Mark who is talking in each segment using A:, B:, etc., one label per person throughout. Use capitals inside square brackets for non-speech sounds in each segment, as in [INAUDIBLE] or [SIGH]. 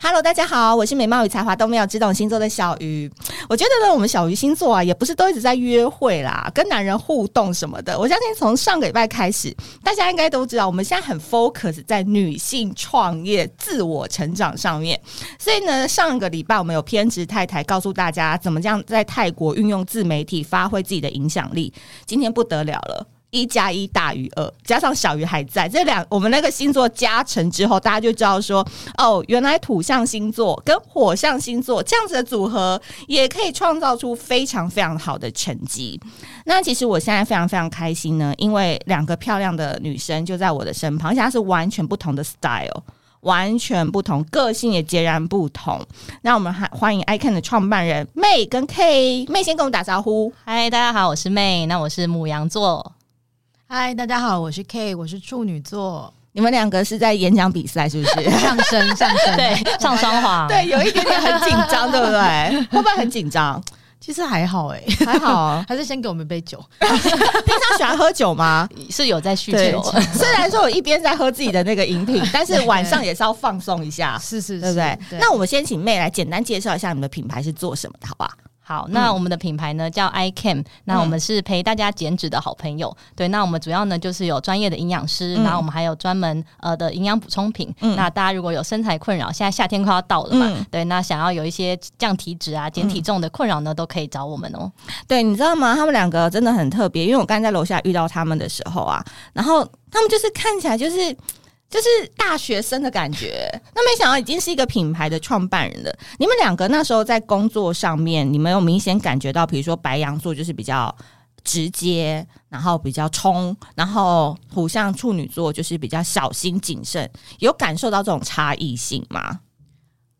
A: Hello，大家好，我是美貌与才华都没有，只懂星座的小鱼。我觉得呢，我们小鱼星座啊，也不是都一直在约会啦，跟男人互动什么的。我相信从上个礼拜开始，大家应该都知道，我们现在很 focus 在女性创业、自我成长上面。所以呢，上个礼拜我们有偏执太太告诉大家，怎么这样在泰国运用自媒体发挥自己的影响力。今天不得了了。一加一大于二，加上小鱼还在，这两我们那个星座加成之后，大家就知道说，哦，原来土象星座跟火象星座这样子的组合，也可以创造出非常非常好的成绩。那其实我现在非常非常开心呢，因为两个漂亮的女生就在我的身旁，而且她是完全不同的 style。完全不同，个性也截然不同。那我们还欢迎 iCan 的创办人妹跟 K 妹先跟我们打招呼。
B: 嗨，大家好，我是妹，那我是母羊座，
C: 嗨，大家好，我是 K，我是处女座，
A: 你们两个是在演讲比赛是不是？
C: 上升上升，
B: 对，
A: [LAUGHS]
B: 上双簧，
A: 对，有一点点很紧张，对不对？会不会很紧张？
C: 其实还好哎、
A: 还好，啊
C: [LAUGHS] 还是先给我们一杯酒，
A: 平常喜欢喝酒吗？
B: 是有在酗
A: 对
B: 酒，，
A: [LAUGHS] 虽然说我一边在喝自己的那个饮
C: [LAUGHS]
A: 品，但是晚上也是要放松一下，
C: 是是是，
A: 对不对？那我们先请妹来简单介绍一下你们的品牌是做什么的，好吧？
B: 好，
A: 嗯
B: 那我们的品牌呢叫 I Cam，那我们是陪大家减脂的好朋友。对，那我们主要呢就是有专业的营养师，
A: 嗯
B: 然后我们还有专门呃的营养补充品。
A: 嗯
B: 那大家如果有身材困扰，现在夏天快要到了嘛，
A: 嗯
B: 对，那想要有一些降体脂啊、减体重的困扰呢，都可以找我们哦。
A: 对，你知道吗？他们两个真的很特别，因为我刚才在楼下遇到他们的时候啊，然后他们就是看起来就是。就是大学生的感觉，那没想到已经是一个品牌的创办人了。你们两个那时候在工作上面，你们有明显感觉到，比如说白羊座就是比较直接，然后比较冲，然后土象处女座就是比较小心谨慎，有感受到这种差异性吗？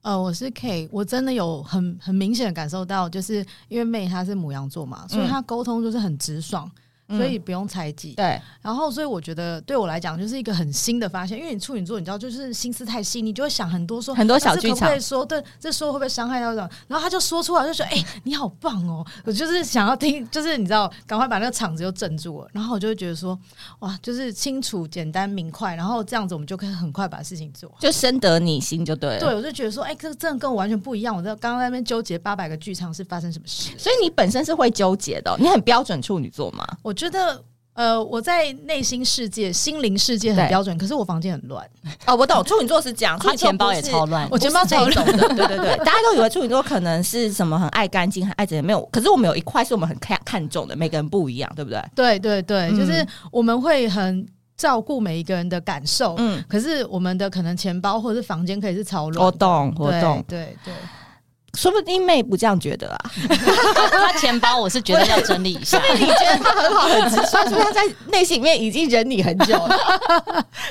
C: 呃，我是 K，我真的有很很明显的感受到，就是因为妹她是母羊座嘛，
A: 嗯
C: 所以她沟通就是很直爽，所以不用猜忌。
A: 对，
C: 然后，所以我觉得对我来讲就是一个很新的发现，因为你处女座，你知道，就是心思太细腻，就会想很多说，
A: 很多
C: 啊
A: 小
C: 这
A: 剧
C: 可不可
A: 场
C: 以说对，这说会不会伤害到人？然后他就说出来，就说：“哎、你好棒哦！”我就是想要听，就是你知道，赶快把那个场子又镇住了。然后我就会觉得说：“哇，就是清楚、简单、明快。”然后这样子我们就可以很快把事情做。
A: 就深得你心就对了。
C: 对，我就觉得说：“哎、这真的跟我完全不一样。”我在刚刚在那边纠结八百个剧场是发生什么事。
A: 所以你本身是会纠结的哦、你很标准处女座嘛？
C: 我觉得。呃，我在内心世界、心灵世界很
A: 对
C: 标准，可是我房间很乱。
A: 哦，我懂，处女座是这样，处
B: 他
A: 女座
B: 钱包
A: 不
B: 也
A: 是
B: 超乱，
C: 我钱包
A: 不是
C: 超
A: 这种的， [LAUGHS] 对对对，大家都以为处女座可能是什么很爱干净、很爱整洁，没有。可是我们有一块是我们很看看重的，每个人不一样，对不对？
C: [LAUGHS] 对对对，
A: 嗯
C: 就是我们会很照顾每一个人的感受，
A: 嗯，
C: 可是我们的可能钱包或者是房间可以是超
A: 我
C: 乱的。
A: 懂，我懂，
C: 对对对，
A: 说不定妹不这样觉得啊，
B: 他钱包我是觉得要整理
A: [LAUGHS]
B: 一下。
A: 你觉得她很好很直率，说明她在内心里面已经忍你很久了。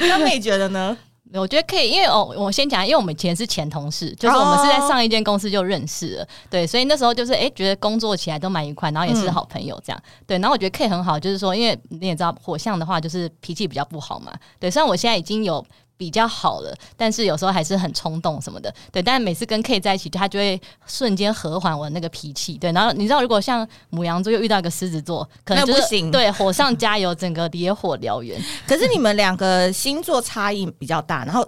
A: 那妹觉得呢？
B: 我觉得可以，因为哦，我先讲，因为我们以前是前同事，就是我们是在上一间公司就认识了，对，所以那时候就是哎、诶觉得工作起来都蛮愉快，然后也是好朋友这样，对，然后我觉得 K 很好，就是说，因为你也知道火象的话，就是脾气比较不好嘛，对，虽然我现在已经有。比较好了，但是有时候还是很冲动什么的，对。但每次跟 K 在一起，他就会瞬间和缓我的那个脾气，对。然后你知道，如果像母羊座又遇到一个狮子座，可能
A: 那
B: 就
A: 不
B: 是
A: 行
B: 对火上加油，整个野火燎原。
A: [LAUGHS] 可是你们两个星座差异比较大，然后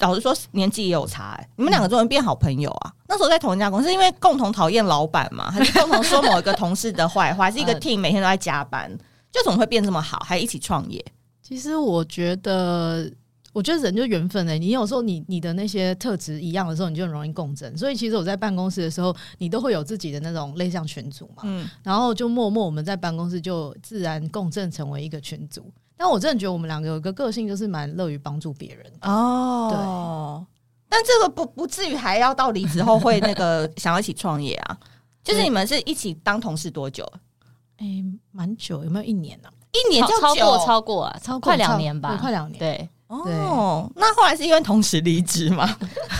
A: 老实说年纪也有差、欸，你们两个终于变好朋友啊？那时候在同一家公司，是因为共同讨厌老板嘛，还是共同说某一个同事的坏话，还是一个 team 每天都在加班，就怎么会变这么好，还一起创业？
C: [LAUGHS] 其实我觉得。我觉得人就缘分哎、你有时候你你的那些特质一样的时候，你就很容易共振。所以其实我在办公室的时候，你都会有自己的那种类向群组嘛，
A: 嗯，
C: 然后就默默我们在办公室就自然共振成为一个群组。但我真的觉得我们两个有一个个性，就是蛮乐于帮助别人。
A: 哦，对。但这个不不至于还要到离职后会那 [LAUGHS] 个想要一起创业啊？就是你们是一起当同事多久？
C: 哎、蛮久，有没有一年呢、
A: 一年
B: 超
A: 就
B: 超
A: 久
B: 过超过啊，
C: 超过
B: 快两
C: 哎超
B: 年吧
C: 对，快两年
B: 对。
A: 哦，那后来是因为同时离职吗？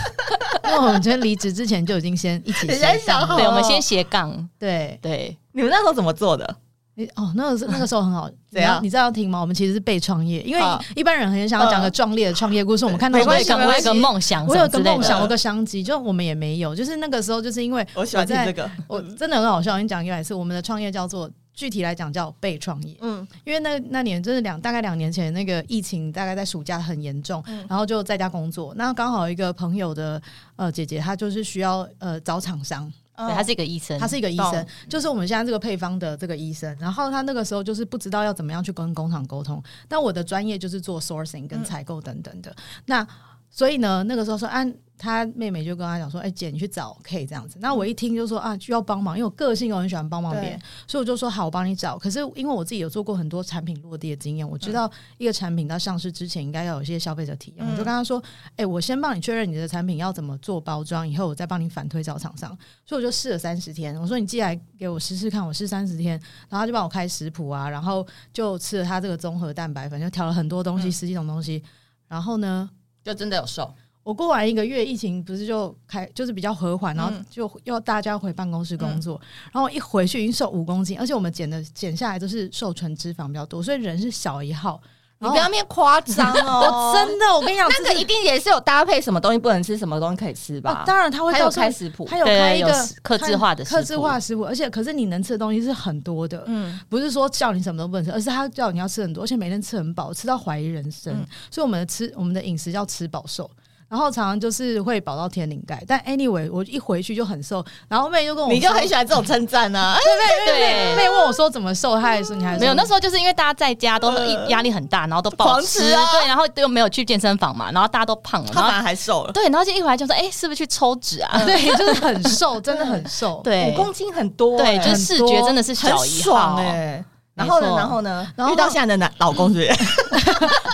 A: [LAUGHS]
C: 因为我们觉得离职之前就已经先一起
A: 人家
C: 协商
A: 想好
C: 了
B: 对，我们先斜杠，
C: 对，
B: 对，
A: 你们那时候怎么做的？
C: 诶哦，那个时那个时候很好，
A: 怎样
C: 你要你知道要听吗？我们其实是被创业，因为
A: 好
C: 一般人很想要讲个壮烈的创业故事，我们看到
A: 没
B: 我
A: 关
B: 有
A: 系
B: 一个
A: 没
B: 我
A: 关
B: 有一
A: 系
B: 个梦想，什
C: 我有
B: 么
C: 个
B: 之类
C: 梦
B: 的
C: 想，我有个商机，就我们也没有，就是那个时候，就是因为
A: 我喜欢听
C: 我
A: 这
C: 在
A: 个。
C: 我真的很好笑，我跟你讲一个来是我们的创业叫做具体来讲叫被创业，
A: 嗯，
C: 因为那那年就是两大概两年前那个疫情，大概在暑假很严重，然后就在家工作。那刚好一个朋友的呃姐姐，她就是需要呃找厂商，
A: 哦
B: 对，他是一个医生，
C: 她是一个医生
A: 懂，
C: 就是我们现在这个配方的这个医生。然后她那个时候就是不知道要怎么样去跟工厂沟通，但我的专业就是做 sourcing 跟采购等等的。那所以呢，那个时候说，啊，她妹妹就跟她讲说，哎、姐，你去找 K 这样子。那我一听就说啊，需要帮忙，因为我个性我很喜欢帮忙别人，所以我就说好，我帮你找。可是因为我自己有做过很多产品落地的经验，我知道一个产品到上市之前应该要有一些消费者体验。
A: 嗯
C: 我就跟他说，哎、我先帮你确认你的产品要怎么做包装，以后我再帮你反推找厂商。所以我就试了三十天，我说你寄来给我试试看，我试三十天，然后他就帮我开食谱啊，然后就吃了他这个综合蛋白粉，就调了很多东西，
D: 嗯
C: 十几种东西。然后呢，
D: 就真的有
A: 哦
D: 瘦，
C: 我过完一个月，疫情不是就开就是比较和缓，然后
A: 嗯
C: 就要大家回办公室工作，然后一回去已经瘦五公斤，而且我们减的减下来都是瘦纯脂肪比较多，所以人是小一号。
A: 你
C: 然
A: 不
C: 后
A: 要面夸张哦， [LAUGHS]
C: 我真的，我跟你讲，
A: 那
C: 这
A: 个
C: 是
A: 一定也是有搭配什么东西不能吃，什么东西可以吃
C: 哦
A: 吧？
C: 当然他会
A: 还
C: 告
A: 有
C: 诉你
A: 开食谱，
C: 他有开
B: 对
C: 一
B: 有
C: 个
B: 克制化的食谱
C: 克制化，食谱，而且可是你能吃的东西是很多的，
A: 嗯，
C: 不是说叫你什么都不能吃，而是他叫你要吃很多，而且每天吃很饱，吃到怀疑人生。
A: 嗯
C: 所以我们的吃我们的饮食叫吃饱瘦，然后常常就是会饱到天灵盖。但 anyway，我一回去就很瘦，然后妹就跟我
A: 你就
C: 说
A: 很喜欢这种称赞 [LAUGHS] 啊。
B: 对。
C: 妹问我说怎么瘦，她还说你还
B: 哎没有，那时
C: 候
B: 候就是因为大家在家都
A: 呃
B: 一压力很大，然后都暴
A: 狂吃啊
B: 对，然后又没有去健身房嘛，然后大家都胖了，
A: 他
B: 然
A: 反
B: 后
A: 而还瘦了，
B: 对，然后就一回来就说，哎、是不是去抽脂啊？
C: 对，就是很
B: [LAUGHS]
C: 瘦，真的很瘦。
B: 对，
A: 五公斤很多欸，
B: 对，就是视觉真的是小
A: 很
B: 一
A: 爽
B: 号，
A: 哎。然
B: 没
A: 后呢？
B: 错
A: 然后呢？
C: 然后
A: 遇到现在的男老公是不
B: [LAUGHS]
A: 是？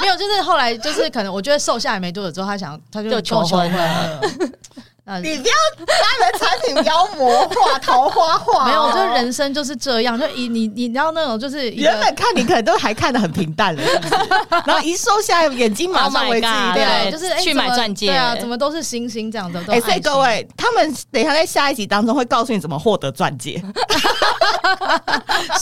C: 没有，就是后来就是可能我觉得瘦下来没多久之后，她想她就
B: 就求
C: 跟我
B: 婚
C: 嗯
B: 了。 [LAUGHS]
C: [LAUGHS] 那
A: 你不要把你的产品妖魔化、桃花
B: [LAUGHS]
A: 化哦。
C: 没有，就是人生就是这样，就以你你知道那种就是一
A: [LAUGHS] 原
C: 个
A: 本看你可能都还看得很平淡了，是
B: [LAUGHS]
A: 不是然后一瘦下来，眼睛马上
B: Oh my
A: 为自己
B: God，
A: 亮。
B: 对
C: 对，就是哎
B: 去
C: 怎么
B: 买钻戒
C: 对啊，怎么都是星星这样的。都
A: 哎、所以
C: 爱心
A: 各，位，他们等一下在下一集当中会告诉你怎么获得钻戒。
C: [LAUGHS]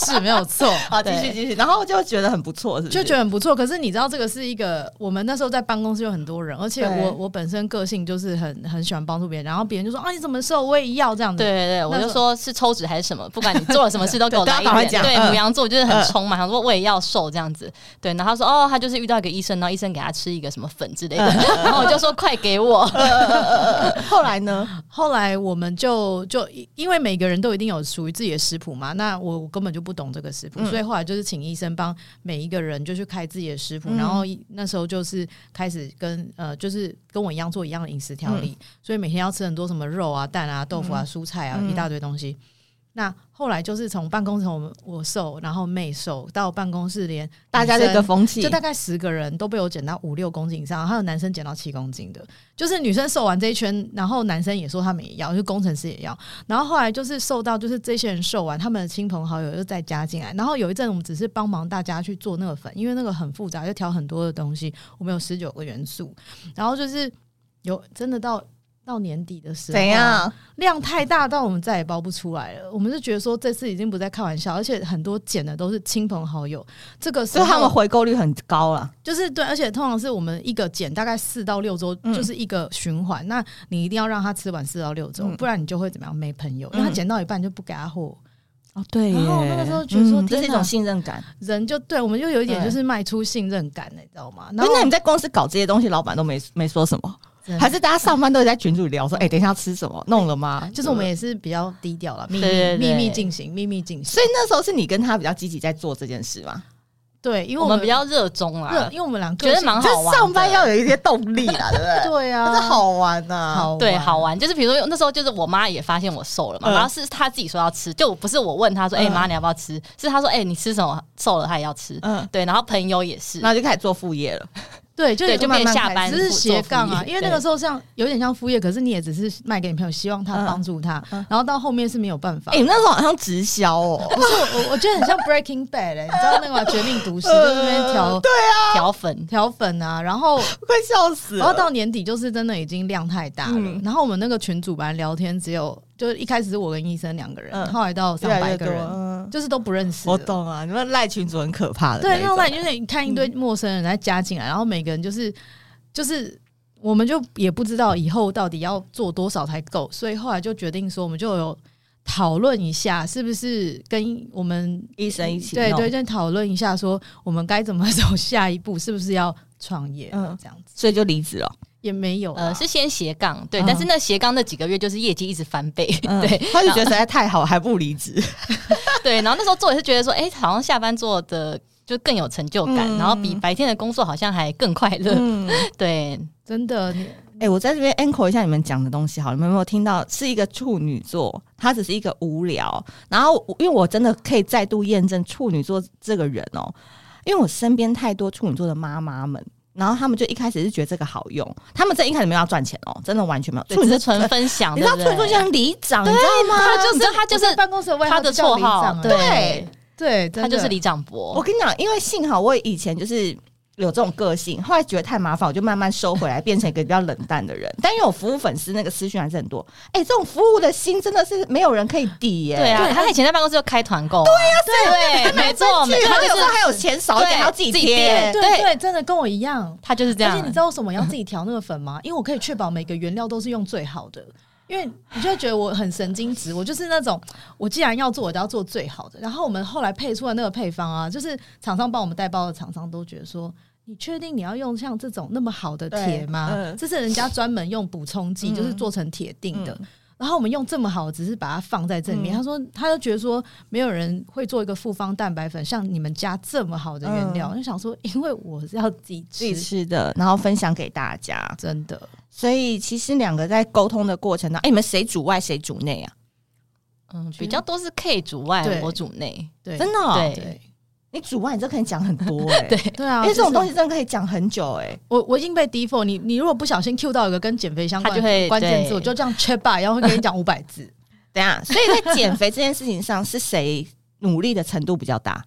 C: 是没有错。
A: [LAUGHS] 好，继续
B: [LAUGHS] 对
A: 继续，然后就觉得很不错，是不是？
C: 就觉得很不错，可是你知道这个是一个，我们那时候在办公室有很多人，而且
A: 对
C: 我我本身个性就是很很喜欢帮助别人，然后别人就说啊你怎么瘦，我也要这样子，
B: 对对对，我就说是抽脂还是什么，不管你做了什么事都给
C: [LAUGHS]
B: 我
A: 对
B: 来
A: 大家赶快
B: 一点。
A: 讲
B: 对，
A: 嗯
B: 母羊座就是很冲嘛，想说我也要瘦这样子。对，然后他说哦，他就是遇到一个医生，然后医生给他吃一个什么粉之类
C: 嗯
B: 的，然后我就说快给我。
A: 得后来
B: [LAUGHS]
A: 呢，
C: 后来我们就就因为每个人都一定有属于自己的食谱嘛，那我根本就不懂这个食谱，
A: 嗯
C: 所以后来就是请医生帮每一个人就去开自己的食谱，
A: 嗯
C: 然后那时候就是开始跟呃就是跟我一样做一样的饮食调理，所以每天要吃很多什么肉啊、蛋啊、豆腐啊、蔬菜啊、
A: 嗯
C: 一大堆东西。那后来就是从办公室我们我瘦，然后妹瘦，到办公室连
A: 大家
C: 女
A: 这
C: 生
A: 个风气
C: 就，大概十个人都被我减到五六公斤以上，还有男生减到七公斤的，就是女生瘦完这一圈，然后男生也说他们也要，就工程师也要，然后后来就是瘦到就是这些人瘦完，他们的亲朋好友又再加进啊来，然后有一阵我们只是帮忙大家去做那个粉，因为那个很复杂，就调很多的东西，我们有十九个元素，然后就是有真的到到年底的时候啊，
A: 怎样？
C: 量太大到我们再也包不出来了，我们就觉得说这次已经不再开玩笑，而且很多减的都是亲朋好友，这个时
A: 所以
C: 候
A: 他们回购率很高了。
C: 就是对，而且通常是我们一个减大概四到六周，
A: 嗯
C: 就是一个循环。那你一定要让他吃完四到六周，
A: 嗯
C: 不然你就会怎么样没朋友。
A: 嗯
C: 因为他减到一半就不给他货，
A: 哦，对嗯
C: 然后我那个时候觉得说
A: 这是一
C: 天哪
A: 种信任感。
C: 人就对我们就有一点
A: 对
C: 就是卖出信任感了，你知道吗？
A: 不
C: 然
A: 是，
C: 后嗯
A: 那你们在公司搞这些东西，老板都没没说什么，
C: 真的
A: 还是大家上班都有在群组聊说，哎、等一下要吃什么，弄了吗？
C: 就是我们也是比较低调了，秘密
B: 对对对
C: 秘密进行，秘密进行。
A: 所以那时候是你跟他比较积极在做这件事嘛？
C: 对，因为
B: 我
C: 们
B: 们比较热衷
C: 热，
B: 啦，
C: 因为我们两个
B: 觉得蛮
A: 就
B: 好
A: 是
B: 玩的。
A: 上班要有一些动力啦，对不对？
C: 对啊，
A: 真的好玩啊呐、
C: 好玩
B: 对，好玩，就是比如说那时候就是我妈也发现我瘦了嘛，
A: 嗯
B: 然后是她自己说要吃，就不是我问她说，哎、
A: 嗯
B: 妈你要不要吃？是她说，哎、你吃什么瘦了她也要吃，
A: 嗯，
B: 对，然后朋友也是，
A: 然后就开始做副业了。
C: 对，就
B: 对，
C: 有
B: 就
C: 慢
B: 变
C: 慢
B: 下
C: 开
B: 班
C: 只是
B: 做
C: 斜
B: 副
C: 杠啊，
B: 业
C: 因为那
B: 对
C: 个时候像有点像副业，可是你也只是卖给你朋友，希望他
A: 嗯
C: 帮助他，
A: 嗯
C: 然后到后面是没有办法。
A: 哎、你那时候好像直销
C: [LAUGHS]
A: 哦，
C: 不是我，我觉得很像 Breaking Bad，、欸、你知道那个吗绝命毒师，就是那边
A: 呃
C: 调
A: 对啊，
B: 调粉，
C: 调粉啊，然后
A: 快笑死
C: 然后
A: 了。
C: 到年底就是真的已经量太大了。
A: 嗯
C: 然后我们那个群主班聊天只有，就是一开始是我跟医生两个人，
A: 嗯
C: 后来到上
A: 越来
C: 百
A: 越
C: 个
A: 多，
C: 人，
A: 嗯
C: 就是都不认识了。
A: 我懂啊，你们赖群主很可怕的那一
C: 对，
A: 种。
C: 那万就是你看一堆陌生人来加进来，然后每个人就是就是，我们就也不知道以后到底要做多少才够，所以后来就决定说，我们就有讨论一下，是不是跟我们
A: 医生一起
C: 对
A: 弄
C: 对，就讨论一下，说我们该怎么走下一步，是不是要创业？
A: 嗯
C: 嗯，这样子
A: 所以就离职了。
C: 也没有啦，
B: 呃，是先斜杠，对，
A: 嗯
B: 但是那斜杠那几个月就是业绩一直翻倍，
A: 嗯
B: [LAUGHS] 对，
A: 他就觉得实在太好，还不如离职。
B: 对，然后那时候做也是觉得说，哎、好像下班做的就更有成就感，
A: 嗯
B: 然后比白天的工作好像还更快乐。
A: 嗯，
B: [LAUGHS] 对，
C: 真的，你
A: 哎、我在这边 echo 一下你们讲的东西，好了，你们有没有听到？是一个处女座，他只是一个无聊。然后我，因为我真的可以再度验证处女座这个人哦，因为我身边太多处女座的妈妈们。然后他们就一开始是觉得这个好用，他们这一开始没有要赚钱哦，真的完全没有。
B: 对
A: 处女
B: 只
A: 座
B: 是纯分享，
A: 你知道处
B: 对
A: 女
B: 不
A: 座
B: 对
A: 就像里长，你知道吗？
B: 他就是
C: 你知道
B: 他就是
C: 我在办公室的外号
B: 他的
C: 就叫
B: 绰
C: 里长
B: 号，
C: 啊
B: 对，
C: 对，真
B: 他就是
C: 的
B: 李长
A: 我
B: 博。
A: 跟你讲，因为幸好我以前就是。有这种个性，后来觉得太麻烦，我就慢慢收回来，变成一个比较冷淡的人。但因为我服务粉丝那个私讯还是很多，哎、这种服务的心真的是没有人可以抵耶、
B: 对啊，
C: 对
B: 他以前在办公室就开团购啊，对呀，对，没错，没错，
A: 他
B: 他
A: 啊有
B: 就
A: 时候
B: 是
A: 还有钱少一点，
B: 对
A: 还要自己
B: 自己
A: 贴
B: 贴。
C: 对
B: 对
C: 对，真的跟我一样。
B: 他就是这
C: 而
B: 样
C: 且你。知道为什么要自己调那个粉吗？ [LAUGHS] 因为我可以确保每个原料都是用最好的，因为你就会觉得我很神经质，我就是那种我既然要做，我都要做最好的。然后我们后来配出的那个配方啊， [LAUGHS] 就是厂商帮我们代包的厂商都觉得说。你确定你要用像这种那么好的铁吗？
A: 对嗯
C: 这是人家专门用补充剂，
A: 嗯
C: 就是做成铁定的。
A: 嗯
C: 然后我们用这么好，只是把它放在这里面。
A: 嗯
C: 他说，他就觉得说，没有人会做一个复方蛋白粉，像你们家这么好的原料。
A: 嗯
C: 我就想说，因为我是要自己
A: 自
C: 吃
A: 己吃的，然后分享给大家。
C: 真的，
A: 所以其实两个在沟通的过程当中，哎、你们谁主外谁主内啊？
B: 嗯，比较多是 K 主外
C: 对，
B: 我主内。
C: 对，
A: 真的哦、
B: 对
C: 对
A: 你主外，你哎这可以讲很多哎、
B: 对
C: 对啊，
A: 因为这种东
C: 西，
A: 西真的可以讲很久哎、
C: 我我已经被 default，你你如果不小心 Q 到一个跟减肥相关
B: 他就会
C: 的关键字，
B: 对
C: 我就这样 check by，然后会跟你讲五百字。
A: 等一下，所以在减肥这件事情上， [LAUGHS] 是谁努力的程度比较大？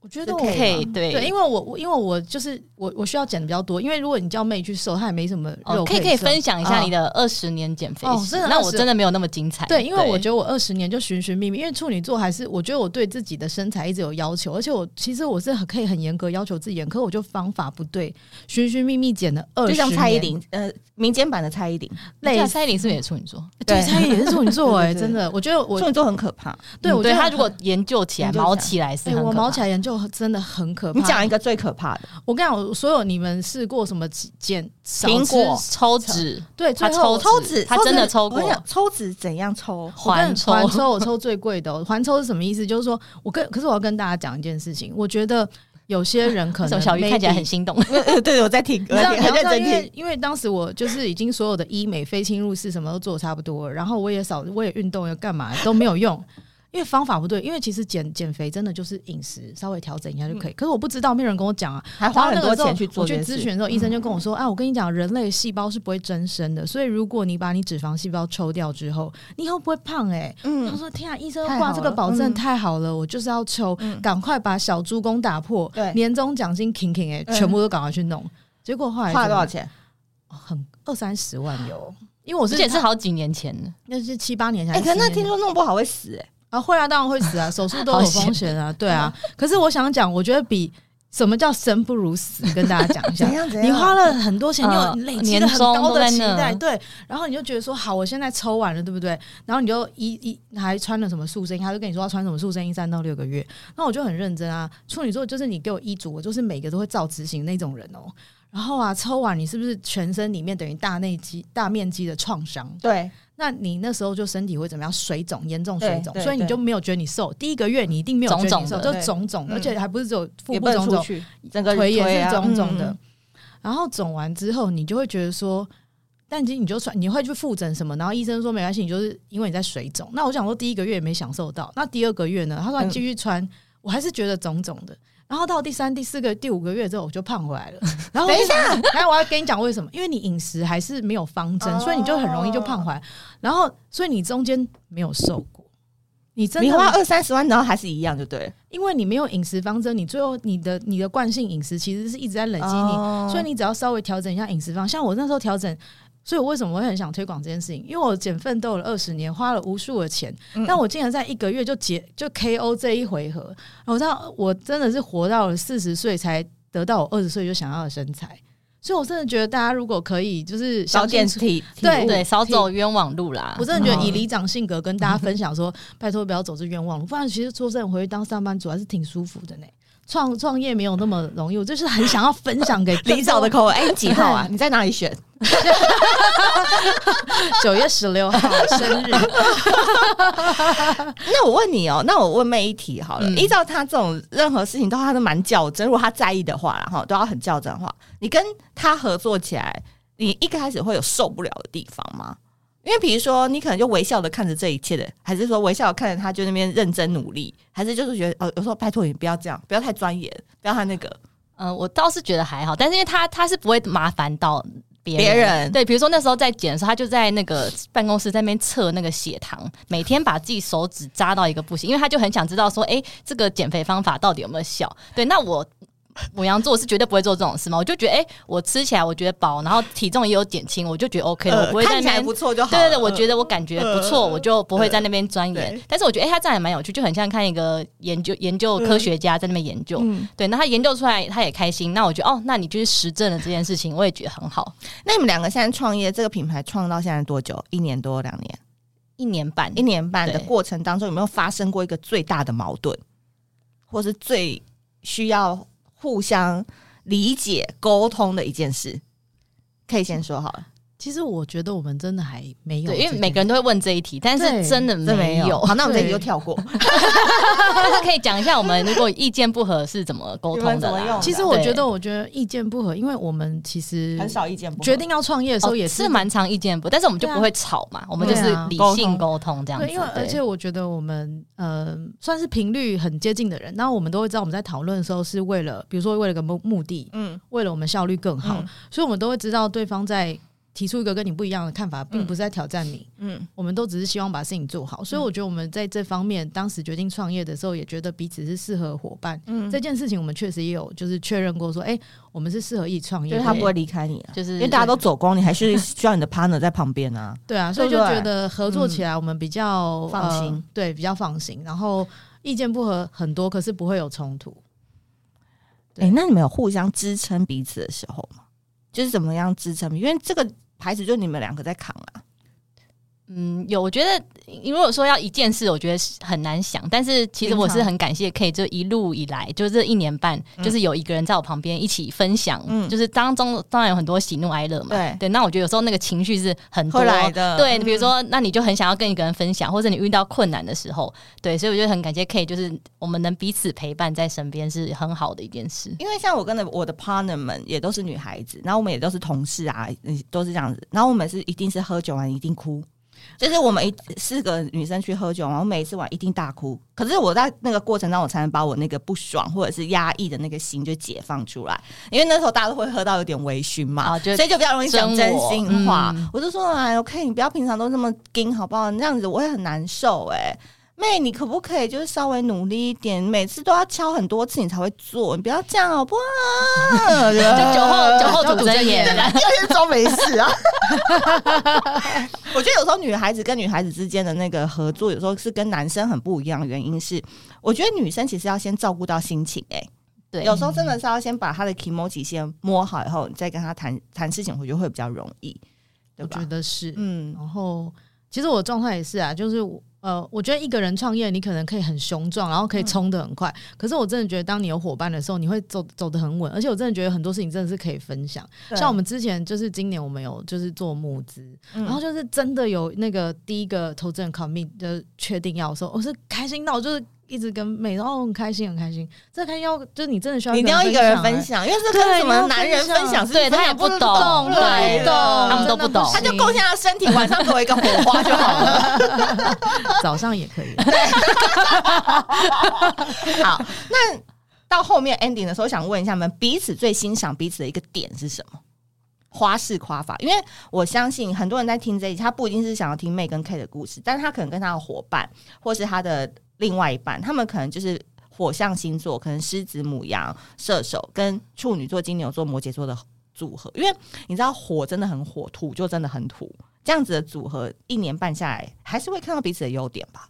C: 我觉得我
A: 是 K
B: 对对
C: 对，因为我我因为我就是我我需要减的比较多，因为如果你叫妹去瘦，她也没什么
B: 哦，
C: 肉
B: 可以可以
C: 瘦啊
B: 分享一下你的二十年减肥
C: 哦
B: 史
C: 真的
B: 那我
C: 20
B: 真的没有那么精彩。
C: 对，因为我觉得我二十年就寻寻觅觅，因为处女座还是我觉得我对自己的身材一直有要求，而且我其实我是很可以很严格要求自己的，可我就方法不对，寻寻觅觅减了二十，
A: 就像蔡依，林，呃，民间版的蔡依林，
B: 对
C: 类
B: 那
C: 似
B: 蔡依林是不是也处女座？
A: 对
C: 对蔡
A: [LAUGHS]
C: 依林是处女座哎，
A: 对对对
C: 真的，我觉得我
A: 处女座很可怕。
B: 嗯
C: 对我觉
B: 对
C: 得
B: 他
C: 很
B: 如果研究起来、
A: 研究起来
B: 毛起来是
C: 对
B: 很
C: 哎我
B: 可
C: 毛
B: 怕
C: 起来研究真的很可怕。
A: 你讲一个最可怕的，
C: 我跟你讲，我所有你们试过什么减少
A: 苹果
C: 吃
B: 抽脂，
C: 对，
B: 他
C: 最后
B: 抽脂他真的抽过
A: 我跟你讲抽脂怎样
C: [LAUGHS]
A: 抽？
C: 我跟
B: 环抽
C: 环抽我抽最贵的哦、环抽是什么意思？就是说我跟可是我要跟大家讲一件事情，我觉得有些人可
B: [LAUGHS] 为什
C: 能
B: 么小鱼看起来
C: maybe-
B: 很心动？
A: 对呃对，我在听，
C: 你
A: 我
B: [LAUGHS]
C: 知道，
A: 在
C: 你
A: 听，很
C: 知
A: 认
C: 道，
A: 真
C: 因为
A: 听。
C: 因为当时我就是已经所有的医美、非侵入式什么都做差不多了，然后我也少，我也运动，也干嘛都没有用，因为方法不对。因为其实减减肥真的就是饮食稍微调整一下就可以，
B: 嗯
C: 可是我不知道，没有人跟我讲啊。
A: 还
C: 然
A: 花
C: 后
A: 很
C: 那
A: 多
C: 个时候
A: 钱去做
C: 我
A: 这
C: 去
A: 件
C: 咨
A: 事
C: 询的时候，医生就跟我说：“啊，我跟你讲，人类细胞是不会增生的，所以如果你把你脂肪细胞抽掉之后，你以后不会胖。”哎，他
A: 嗯，
C: 说：“天啊，医生
A: 太
C: 挂
A: 好
C: 这个
A: 了
C: 保证
A: 嗯
C: 太好了，我就是要抽，
A: 嗯
C: 赶快把小猪公打破，
A: 对
C: 年终奖金 king king 哎，
A: 嗯
C: 全部都赶快去弄。”结果后来
A: 花了
C: 怎
A: 多少
C: 么
A: 钱？
C: 很二三十万有，因为我
B: 而
C: 是
B: 且是好几年前了，
C: 那是七八年前
A: 哎，
C: 还
A: 可是那
C: 10年
A: 听说弄不好会死，哎，
C: 啊会啊，当然会
A: [LAUGHS]
C: 死啊，手术都有风险啊，对啊。可是我想讲，我觉得比什么叫生不如死，跟大家讲一
A: [LAUGHS]
C: 下
A: 怎。样怎样？
C: 你花了很多钱，你有
B: 啊嗯
C: 累积了很高的期
B: 年终都在
C: 待，
B: 那
C: 对，然后你就觉得说好，我现在抽完了，对不对？然后你就一一还穿了什么塑身衣，他就跟你说要穿什么塑身衣三到六个月，那我就很认真啊。处女座就是你给我医嘱，我就是每个都会照执行那种人哦。然后啊，抽完你是不是全身里面等于大内积大面积的创伤？
A: 对，
C: 那你那时候就身体会怎么样？水肿，严重水肿
A: 对，对
C: 所以你就没有觉得你瘦。第一个月你一定没有觉得你瘦，
B: 肿肿的
C: 就
A: 对
C: 肿肿，
A: 嗯
C: 而且还不是只有腹
A: 也
C: 部
A: 不
C: 肿
A: 能出
C: 肿，
A: 去，整个
C: 腿
A: 腿
C: 也
A: 啊
C: 是肿肿的。
A: 嗯
C: 然后肿完之后，你就会觉得说，但其实你就算你会去复诊什么，然后医生说没关系，你就是因为你在水肿。那我想说，第一个月也没享受到，那第二个月呢？他说
A: 嗯
C: 你继续穿，我还是觉得肿肿的。然后到第三、第四个、第五个月之后，我就胖回来
A: [LAUGHS]
C: 了。然后我
A: 等一
C: 就想，来，我要跟你讲为什么？因为你饮食还是没有方针，
A: 哦
C: 所以你就很容易就胖回来。然后，所以你中间没有瘦过，你真
A: 你
C: 的
A: 花二三十万，然后还是一样，就对了。
C: 因为你没有饮食方针，你最后你的你的惯性饮食其实是一直在累积你
A: 哦
C: 所以你只要稍微调整一下饮食方，像我那时候调整，所以我为什么会很想推广这件事情？因为我减奋斗了二十年，花了无数的钱，
A: 嗯
C: 但我竟然在一个月就结就 KO 这一回合，然后到我真的是活到了四十岁才得到我二十岁就想要的身材。所以我真的觉得大家如果可以，就是
A: 少
C: 相
A: 点
C: 信
A: 体
C: 对
B: 对，少走冤枉路啦
C: 我。真的觉得以
A: 嗯
C: 里长性格跟大家分享说，拜托不要走这冤枉路，不然其实说真的，回去当上班族还是挺舒服的呢。创创业没有那么容易，我就是很想要分
A: [LAUGHS]
C: 享给
A: 里长的口吻，哎，你几号 [LAUGHS] 啊？
C: 对
A: 你在哪里选？
C: 九月十
B: [LAUGHS]
C: 六号
B: 哦
C: 生日，
A: 那我问你哦，那我问妹一题好了。
B: 嗯
A: 依照她这种任何事情都她都蛮较真，如果她在意的话啦，然后都要很较真的话，你跟她合作起来，你一开始会有受不了的地方吗？因为比如说，你可能就微笑的看着这一切的，还是说微笑的看着她就那边认真努力，还是就是觉得哦，有时候拜托你不要这样，不要太钻研，不要太那个
B: 嗯、我倒是觉得还好，但是因为他他是不会麻烦到别
A: 别人
B: 对，比如说那时候在剪的时候，他就在那个办公室在那边测那个血糖，每天把自己手指扎到一个不行，因为他就很想知道说，哎、这个减肥方法到底有没有效？对，那我。母羊座是绝对不会做这种事嘛，我就觉得，哎、我吃起来我觉得饱，然后体重也有减轻，我就觉得 OK 了，我
A: 呃
B: 不会在
A: 看起
B: 那
A: 来
B: 边
A: 不错就好
B: 对
A: 了。
B: 对对，我
A: 嗯
B: 觉得我感觉不错，
A: 嗯
B: 我就不会在那边钻研
A: 对。
B: 但是我觉得，哎、他这样也蛮有趣，就很像看一个研究研究
A: 嗯
B: 科学家在那边研究。对，那他研究出来，他也开心。那我觉得，哦，那你就是实证了这件事情，我也觉得很好。
A: 那你们两个现在创业这个品牌创到现在多久？一年多两年？
B: 一年半，
A: 一年半的
B: 对
A: 过程当中，有没有发生过一个最大的矛盾，或是最需要互相理解沟通的一件事？可以先说好了，
C: [LAUGHS] 其实我觉得我们真的还没有这
B: 对，
C: 件，
B: 因为每个人都会问这一题，但
C: 对
B: 是真的
A: 这
B: 没有。 [LAUGHS]
A: 好，那我们这
C: 对
A: 集就跳过。
B: 但是可以讲一下，我们如果意见不合是怎么沟
A: 你们
B: 通
A: 怎
B: 的
A: 么
B: 啦哦
A: 用？
C: 其实我
B: 对
C: 觉得，我觉得意见不合，因为我们其实
A: 很少意见不合
C: 决定要创业的时候
B: 哦
C: 也
B: 是蛮常意见不，但是我们就不会吵嘛，我们就
C: 对
B: 是
C: 啊
B: 理
A: 沟
B: 性
A: 通
B: 沟通这样子。
C: 对，因为而
B: 对
C: 且我觉得我们呃算是频率很接近的人，那我们都会知道我们在讨论的时候是为了，比如说为了一个目目的，
A: 嗯，
C: 为了我们效率更好，
A: 嗯
C: 所以我们都会知道对方在提出一个跟你不一样的看法，并
A: 嗯
C: 不是在挑战你，
A: 嗯
C: 我们都只是希望把事情做好。
B: 嗯
C: 所以我觉得我们在这方面，当时决定创业的时候，也觉得彼此是适合伙伴。
A: 嗯，
C: 这件事情我们确实也有就是确认过说，哎、我们是适合一起创业
A: 就
C: 的，
A: 是他不会离开你了。
B: 就是
A: 因为大家都走光，你还
B: [LAUGHS]
A: 是需要你的 partner 在旁边啊。
C: 对啊，所以就
A: 对不对
C: 觉得合作起来我们比较、
A: 放
C: 呃
A: 心，
C: 对，比较放心。然后意见不合很多，可是不会有冲突。
A: 哎、
C: 对
A: 那你们有互相支撑彼此的时候吗？就是怎么样支撑？因为这个牌子就你们两个在扛啊。
B: 嗯，有，我觉得如果说要一件事，我觉得是很难想。但是其实我是很感谢 K，就一路以来，就这一年半，
A: 嗯
B: 就是有一个人在我旁边一起分享，
A: 嗯
B: 就是当中当然有很多喜怒哀乐嘛。
A: 对
B: 那我觉得有时候那个情绪是很多
A: 会来的
B: 对，
A: 嗯
B: 比如说，那你就很想要跟一个人分享，或者你遇到困难的时候，对，所以我觉得很感谢 K，就是我们能彼此陪伴在身边是很好的一件事。
A: 因为像我跟的我的 partner 们也都是女孩子，然后我们也都是同事啊，嗯都是这样子。然后我们是一定是喝酒完一定哭，就是我们一四个女生去喝酒，然后每一次玩一定大哭。可是我在那个过程中，我才能把我那个不爽或者是压抑的那个心就解放出来，因为那时候大家都会喝到有点微醺嘛，
B: 啊就
A: 所以就比较容易讲真心话。
B: 真我嗯
A: 我就说，哎，OK，你不要平常都这么硬好不好？那样子我会很难受、哎。妹，你可不可以就是稍微努力一点，每次都要敲很多次你才会做，你不要这样好不好？就
B: [LAUGHS] 就酒后酒后
C: 酒后
B: 吐
C: 吐
B: 真
C: 真
B: 言
C: 言，
A: 是装没事啊。 [LAUGHS] 我觉得有时候女孩子跟女孩子之间的那个合作，有时候是跟男生很不一样。的原因是，我觉得女生其实要先照顾到心情、哎，
B: 对，
A: 有时候真的是要先把她的 emoji 先摸好，以后你再跟她谈谈事情，我觉得会比较容易，对
C: 我
A: 吧
C: 觉？得是，
A: 嗯，
C: 然后其实我的状态也是啊，就是我呃，我觉得一个人创业，你可能可以很雄壮，然后
A: 嗯
C: 可以冲得很快。可是我真的觉得，当你有伙伴的时候，你会走走得很稳。而且我真的觉得很多事情真的是可以分享。像我们之前就是今年我们有就是做募资，
A: 嗯
C: 然后就是真的有那个第一个投资人 commit 就是确定要说，我、是开心到就是一直跟妹，然后很开心很开心，这开心要就是你真的需要
A: 你一定要一个人分
C: 欸。
A: 享，因为这跟什么男人分享是哦
B: 对他也不懂，
A: 懂
B: 对
A: 不懂
B: 他们都不懂。
A: 他就贡献他身体，晚上给我一个火花就好了。
C: 早上也可以，
A: [LAUGHS] 好，那到后面 ending 的时候，想问一下你们彼此最欣赏彼此的一个点是什么？花式夸法，因为我相信很多人在听这一集，他不一定是想要听妹跟 K 的故事，但是他可能跟他的伙伴或是他的另外一半，他们可能就是火象星座，可能狮子、母羊、射手跟处女座、金牛座、摩羯座的组合，因为你知道火真的很火，土就真的很土，这样子的组合一年半下来，还是会看到彼此的优点吧？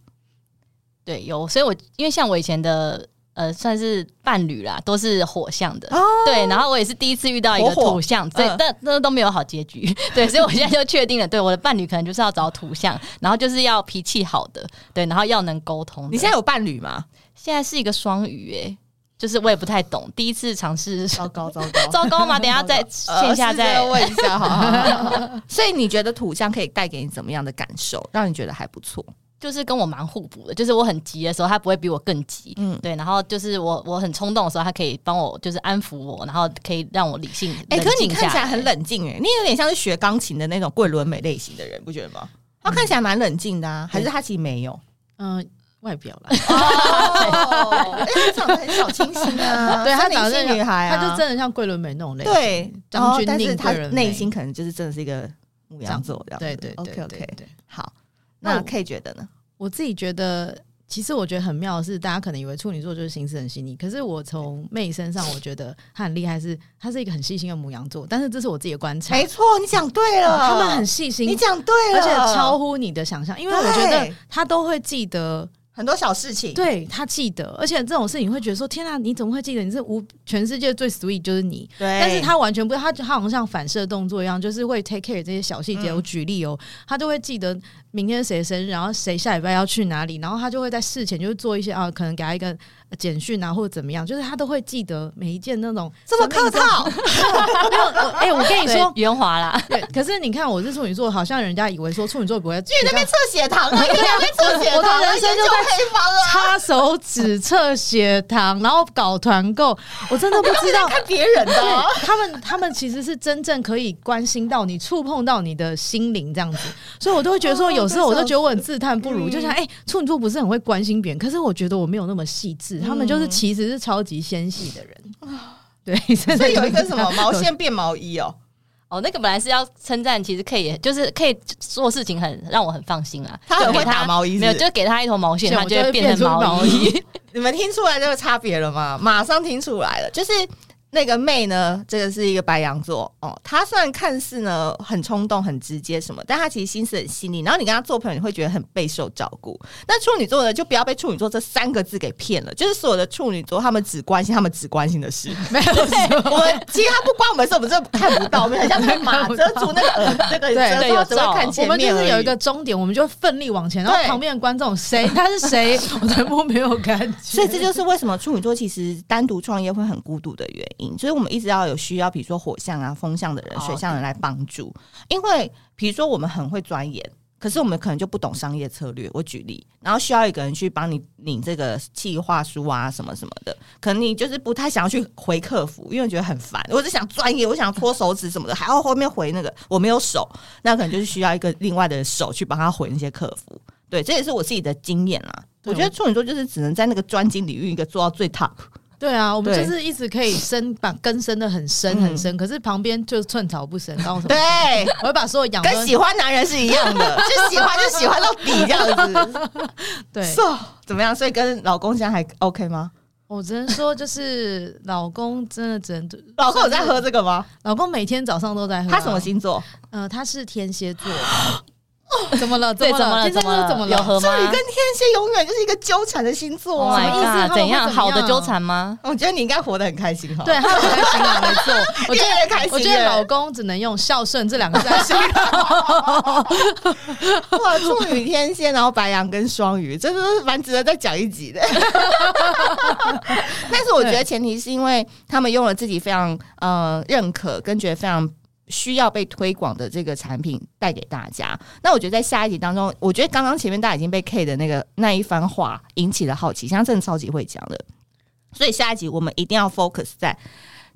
B: 对，有，所以我因为像我以前的呃，算是伴侣啦，都是火象的，
A: 哦
B: 对。然后我也是第一次遇到一个
A: 火火
B: 土象，所以
A: 嗯
B: 但那都没有好结局，对。所以我现在就确定了，对我的伴侣可能就是要找土象，然后就是要脾气好的，对，然后要能沟通的。
A: 你现在有伴侣吗？
B: 现在是一个双鱼、欸，就是我也不太懂，第一次尝试，
C: 糟糕糟糕
B: [LAUGHS] 糟糕吗？等一下再线下
A: [LAUGHS]
B: 再
A: 呃试着问一下，好好好好。所以你觉得土象可以带给你怎么样的感受，让你觉得还不错？
B: 就是跟我蛮互补的，就是我很急的时候，他不会比我更急，
A: 嗯
B: 对。然后就是我我很冲动的时候，他可以帮我就是安抚我，然后可以让我理性。
A: 哎、可是你
B: 冷静
A: 看起来
B: 来
A: 很，冷静哎、你有点像是学钢琴的那种桂纶镁类型的人，不觉得吗？他看起来蛮冷静的啊，还是他其实没有？
C: 嗯、外表
A: [LAUGHS]
C: 啦，
A: 哦， [LAUGHS] 哎他长得很小清新啊，
C: 对他
A: 森林
C: 长得
A: 系女孩啊，
C: 他就真的像桂纶镁那种类型。
A: 对，然
C: 张
A: 后
C: 钧
A: 但是
C: 甯
A: 他
C: 贵人
A: 内
C: 美
A: 心可能就是真的是一个母羊座这样子。
C: 对对对
A: OK
C: 对
A: OK，
C: 对
A: 好，
C: 那
A: 那
C: 我
A: K 觉得呢？
C: 我自己觉得，其实我觉得很妙的是，大家可能以为处女座就是心思很细腻，可是我从妹身上，我觉得她很厉害是，她是一个很细心的母羊座，但是这是我自己的观察，
A: 没错，你讲对了，
C: 哦他们很细心
A: 你，讲对了，
C: 而且超乎你的想象，因为我觉得
A: 对
C: 她都会记得，
A: 很多小事情，
C: 对她记得，而且这种事情会觉得说，天啊，你怎么会记得？你是无全世界最 sweet 就是你，
A: 对
C: 但是他完全不，他他好像像反射动作一样，就是会 take care 这些小细节。
A: 嗯
C: 我举例哦，他就会记得明天谁生日，然后谁下礼拜要去哪里，然后他就会在事前就是做一些啊，可能给他一个呃简讯啊，或者怎么样，就是他都会记得每一件那种
A: 这么客套，
C: 没有，我哎、我
B: [LAUGHS]
C: 跟你
B: 对
C: 说，
B: 圆滑啦，
C: 对，可是你看我是处女座，好像人家以为说处女座不会
A: 去那边测血糖啊，你两边测血
C: 我
A: 糖，
C: 的人生
A: 研究
C: 就在
A: 黑房了，
C: 擦手指测血糖，然后搞团购，我真的不知道。
A: 看别人的
C: 对
A: 哦。
C: 他们，他们其实是真正可以关心到你、触碰到你的心灵这样子，所以我都会觉得说，
A: 哦
C: 有时候我都觉得我很自叹不
A: 对
C: 如，
A: 嗯
C: 就像哎、处女座不是很会关心别人，可是我觉得我没有那么细致，他们
A: 嗯
C: 就是其实是超级纤细的人。 [LAUGHS] 对， [LAUGHS] 真
A: 啊所
C: 的
A: 以有一个什么毛
C: 有，
A: 线变毛衣哦，
B: 哦，那个本来是要称赞，其实可以，就是可以做事情很让我很放心啦。
A: 他很
B: 就给
A: 会打毛衣是不
B: 没
A: 是
B: 有，就给他一头毛线，
C: 就
B: 他就
C: 就
B: 会
C: 会
B: 变成
C: 变出
B: 毛
C: 毛 [LAUGHS]
B: 衣。
A: 你们听出来这个差别了吗？马上听出来了，就是那个妹呢，这个是一个白羊座哦，她虽然看似呢很冲动、很直接什么，但她其实心思很细腻。然后你跟她做朋友，你会觉得很备受照顾。那处女座呢，就不要被处女座这三个字给骗了，就是所有的处女座，他们只关心他们只关心的事，没有我们其实他不关我们的事，我们真的看不到，我们很像被马遮住那个耳那个
C: 对
A: 遮
B: 对
A: 住，他
B: 有
A: 只会 [LAUGHS] 看
B: 罩
A: 前
C: 我们
A: 面
C: 就
A: 而
C: 是
A: 已
C: 有一个终点，我们就奋力往前，然后
A: 对
C: 旁边的观众谁 [LAUGHS] 他是
A: [LAUGHS]
C: 谁，我全部没有感觉。
A: 所以这就是为什么处女座其实单独创业会很孤独的原因，所以我们一直要有需要，比如说火象啊、风象的人、
B: 哦
A: 水象的人来帮助，因为比如说我们很会钻研。可是我们可能就不懂商业策略，我举例，然后需要一个人去帮你领这个计划书啊，什么什么的。可能你就是不太想要去回客服，因为觉得很烦。我只想专业，我想搓手指什么的，还要后面回那个我没有手，那可能就是需要一个另外的手去帮他回那些客服。对，这也是我自己的经验啦。
C: 对
A: 我觉得处女座就是只能在那个专精领域一个做到最 top，
C: 对啊，我们
A: 对嗯
C: 就是一直可以深把根深的很深很深，可是旁边就寸草不生，然后什么
A: 对，
C: 我会把所有养
A: 跟
C: 分
A: 喜欢男人是一样
B: [LAUGHS]
A: 的，就喜欢就喜欢到底这样子。
C: 对，
A: So，怎么样？所以跟老公现在还 OK 吗？
C: 我只能说就是老公真的只能
A: 老公有在喝这个吗？
C: 老公每天早上都在喝啊、
A: 他什么星座？
C: 呃，他是天蝎座。怎么了？
B: 对，
C: 怎
B: 怎么
C: 了？
B: 了？
C: 天蝎
B: 怎
C: 座
B: 么了？
C: 怎么
B: 有
C: 了？
B: 合
A: 处女
B: 吗
A: 跟天蝎永远就是一个纠缠的星座
B: ？Oh
A: 啊！
C: 什
B: my
C: 么意思他们
B: god！怎
C: 会怎么
B: 样？好的
C: 样
B: 纠缠吗？
A: 我觉得你应该活得很开心哈。
C: 对，，他很开心啊，没错。我觉
A: 越来越开
C: 得，
A: 心
C: 我觉得
A: 了
C: 老公只能用孝顺这两个字来形容。
A: [LAUGHS] 哇，处女、天蝎，然后白羊跟双鱼，这都是蛮值得再讲一集的。 [LAUGHS] 但是我觉得前提是因为他们用了自己非常呃认可跟觉得非常。需要被推广的这个产品带给大家。那我觉得在下一集当中，我觉得刚刚前面大家已经被 K 的那个那一番话引起了好奇，像真的超级会讲的。所以下一集我们一定要 focus 在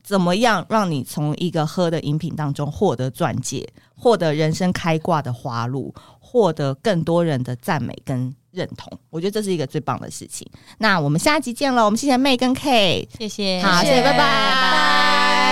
A: 怎么样让你从一个喝的饮品当中获得钻戒，获得人生开挂的花路，获得更多人的赞美跟认同。我觉得这是一个最棒的事情。那我们下一集见喽！我们谢谢妹跟 K，
B: 谢谢，
A: 好，谢谢，拜拜。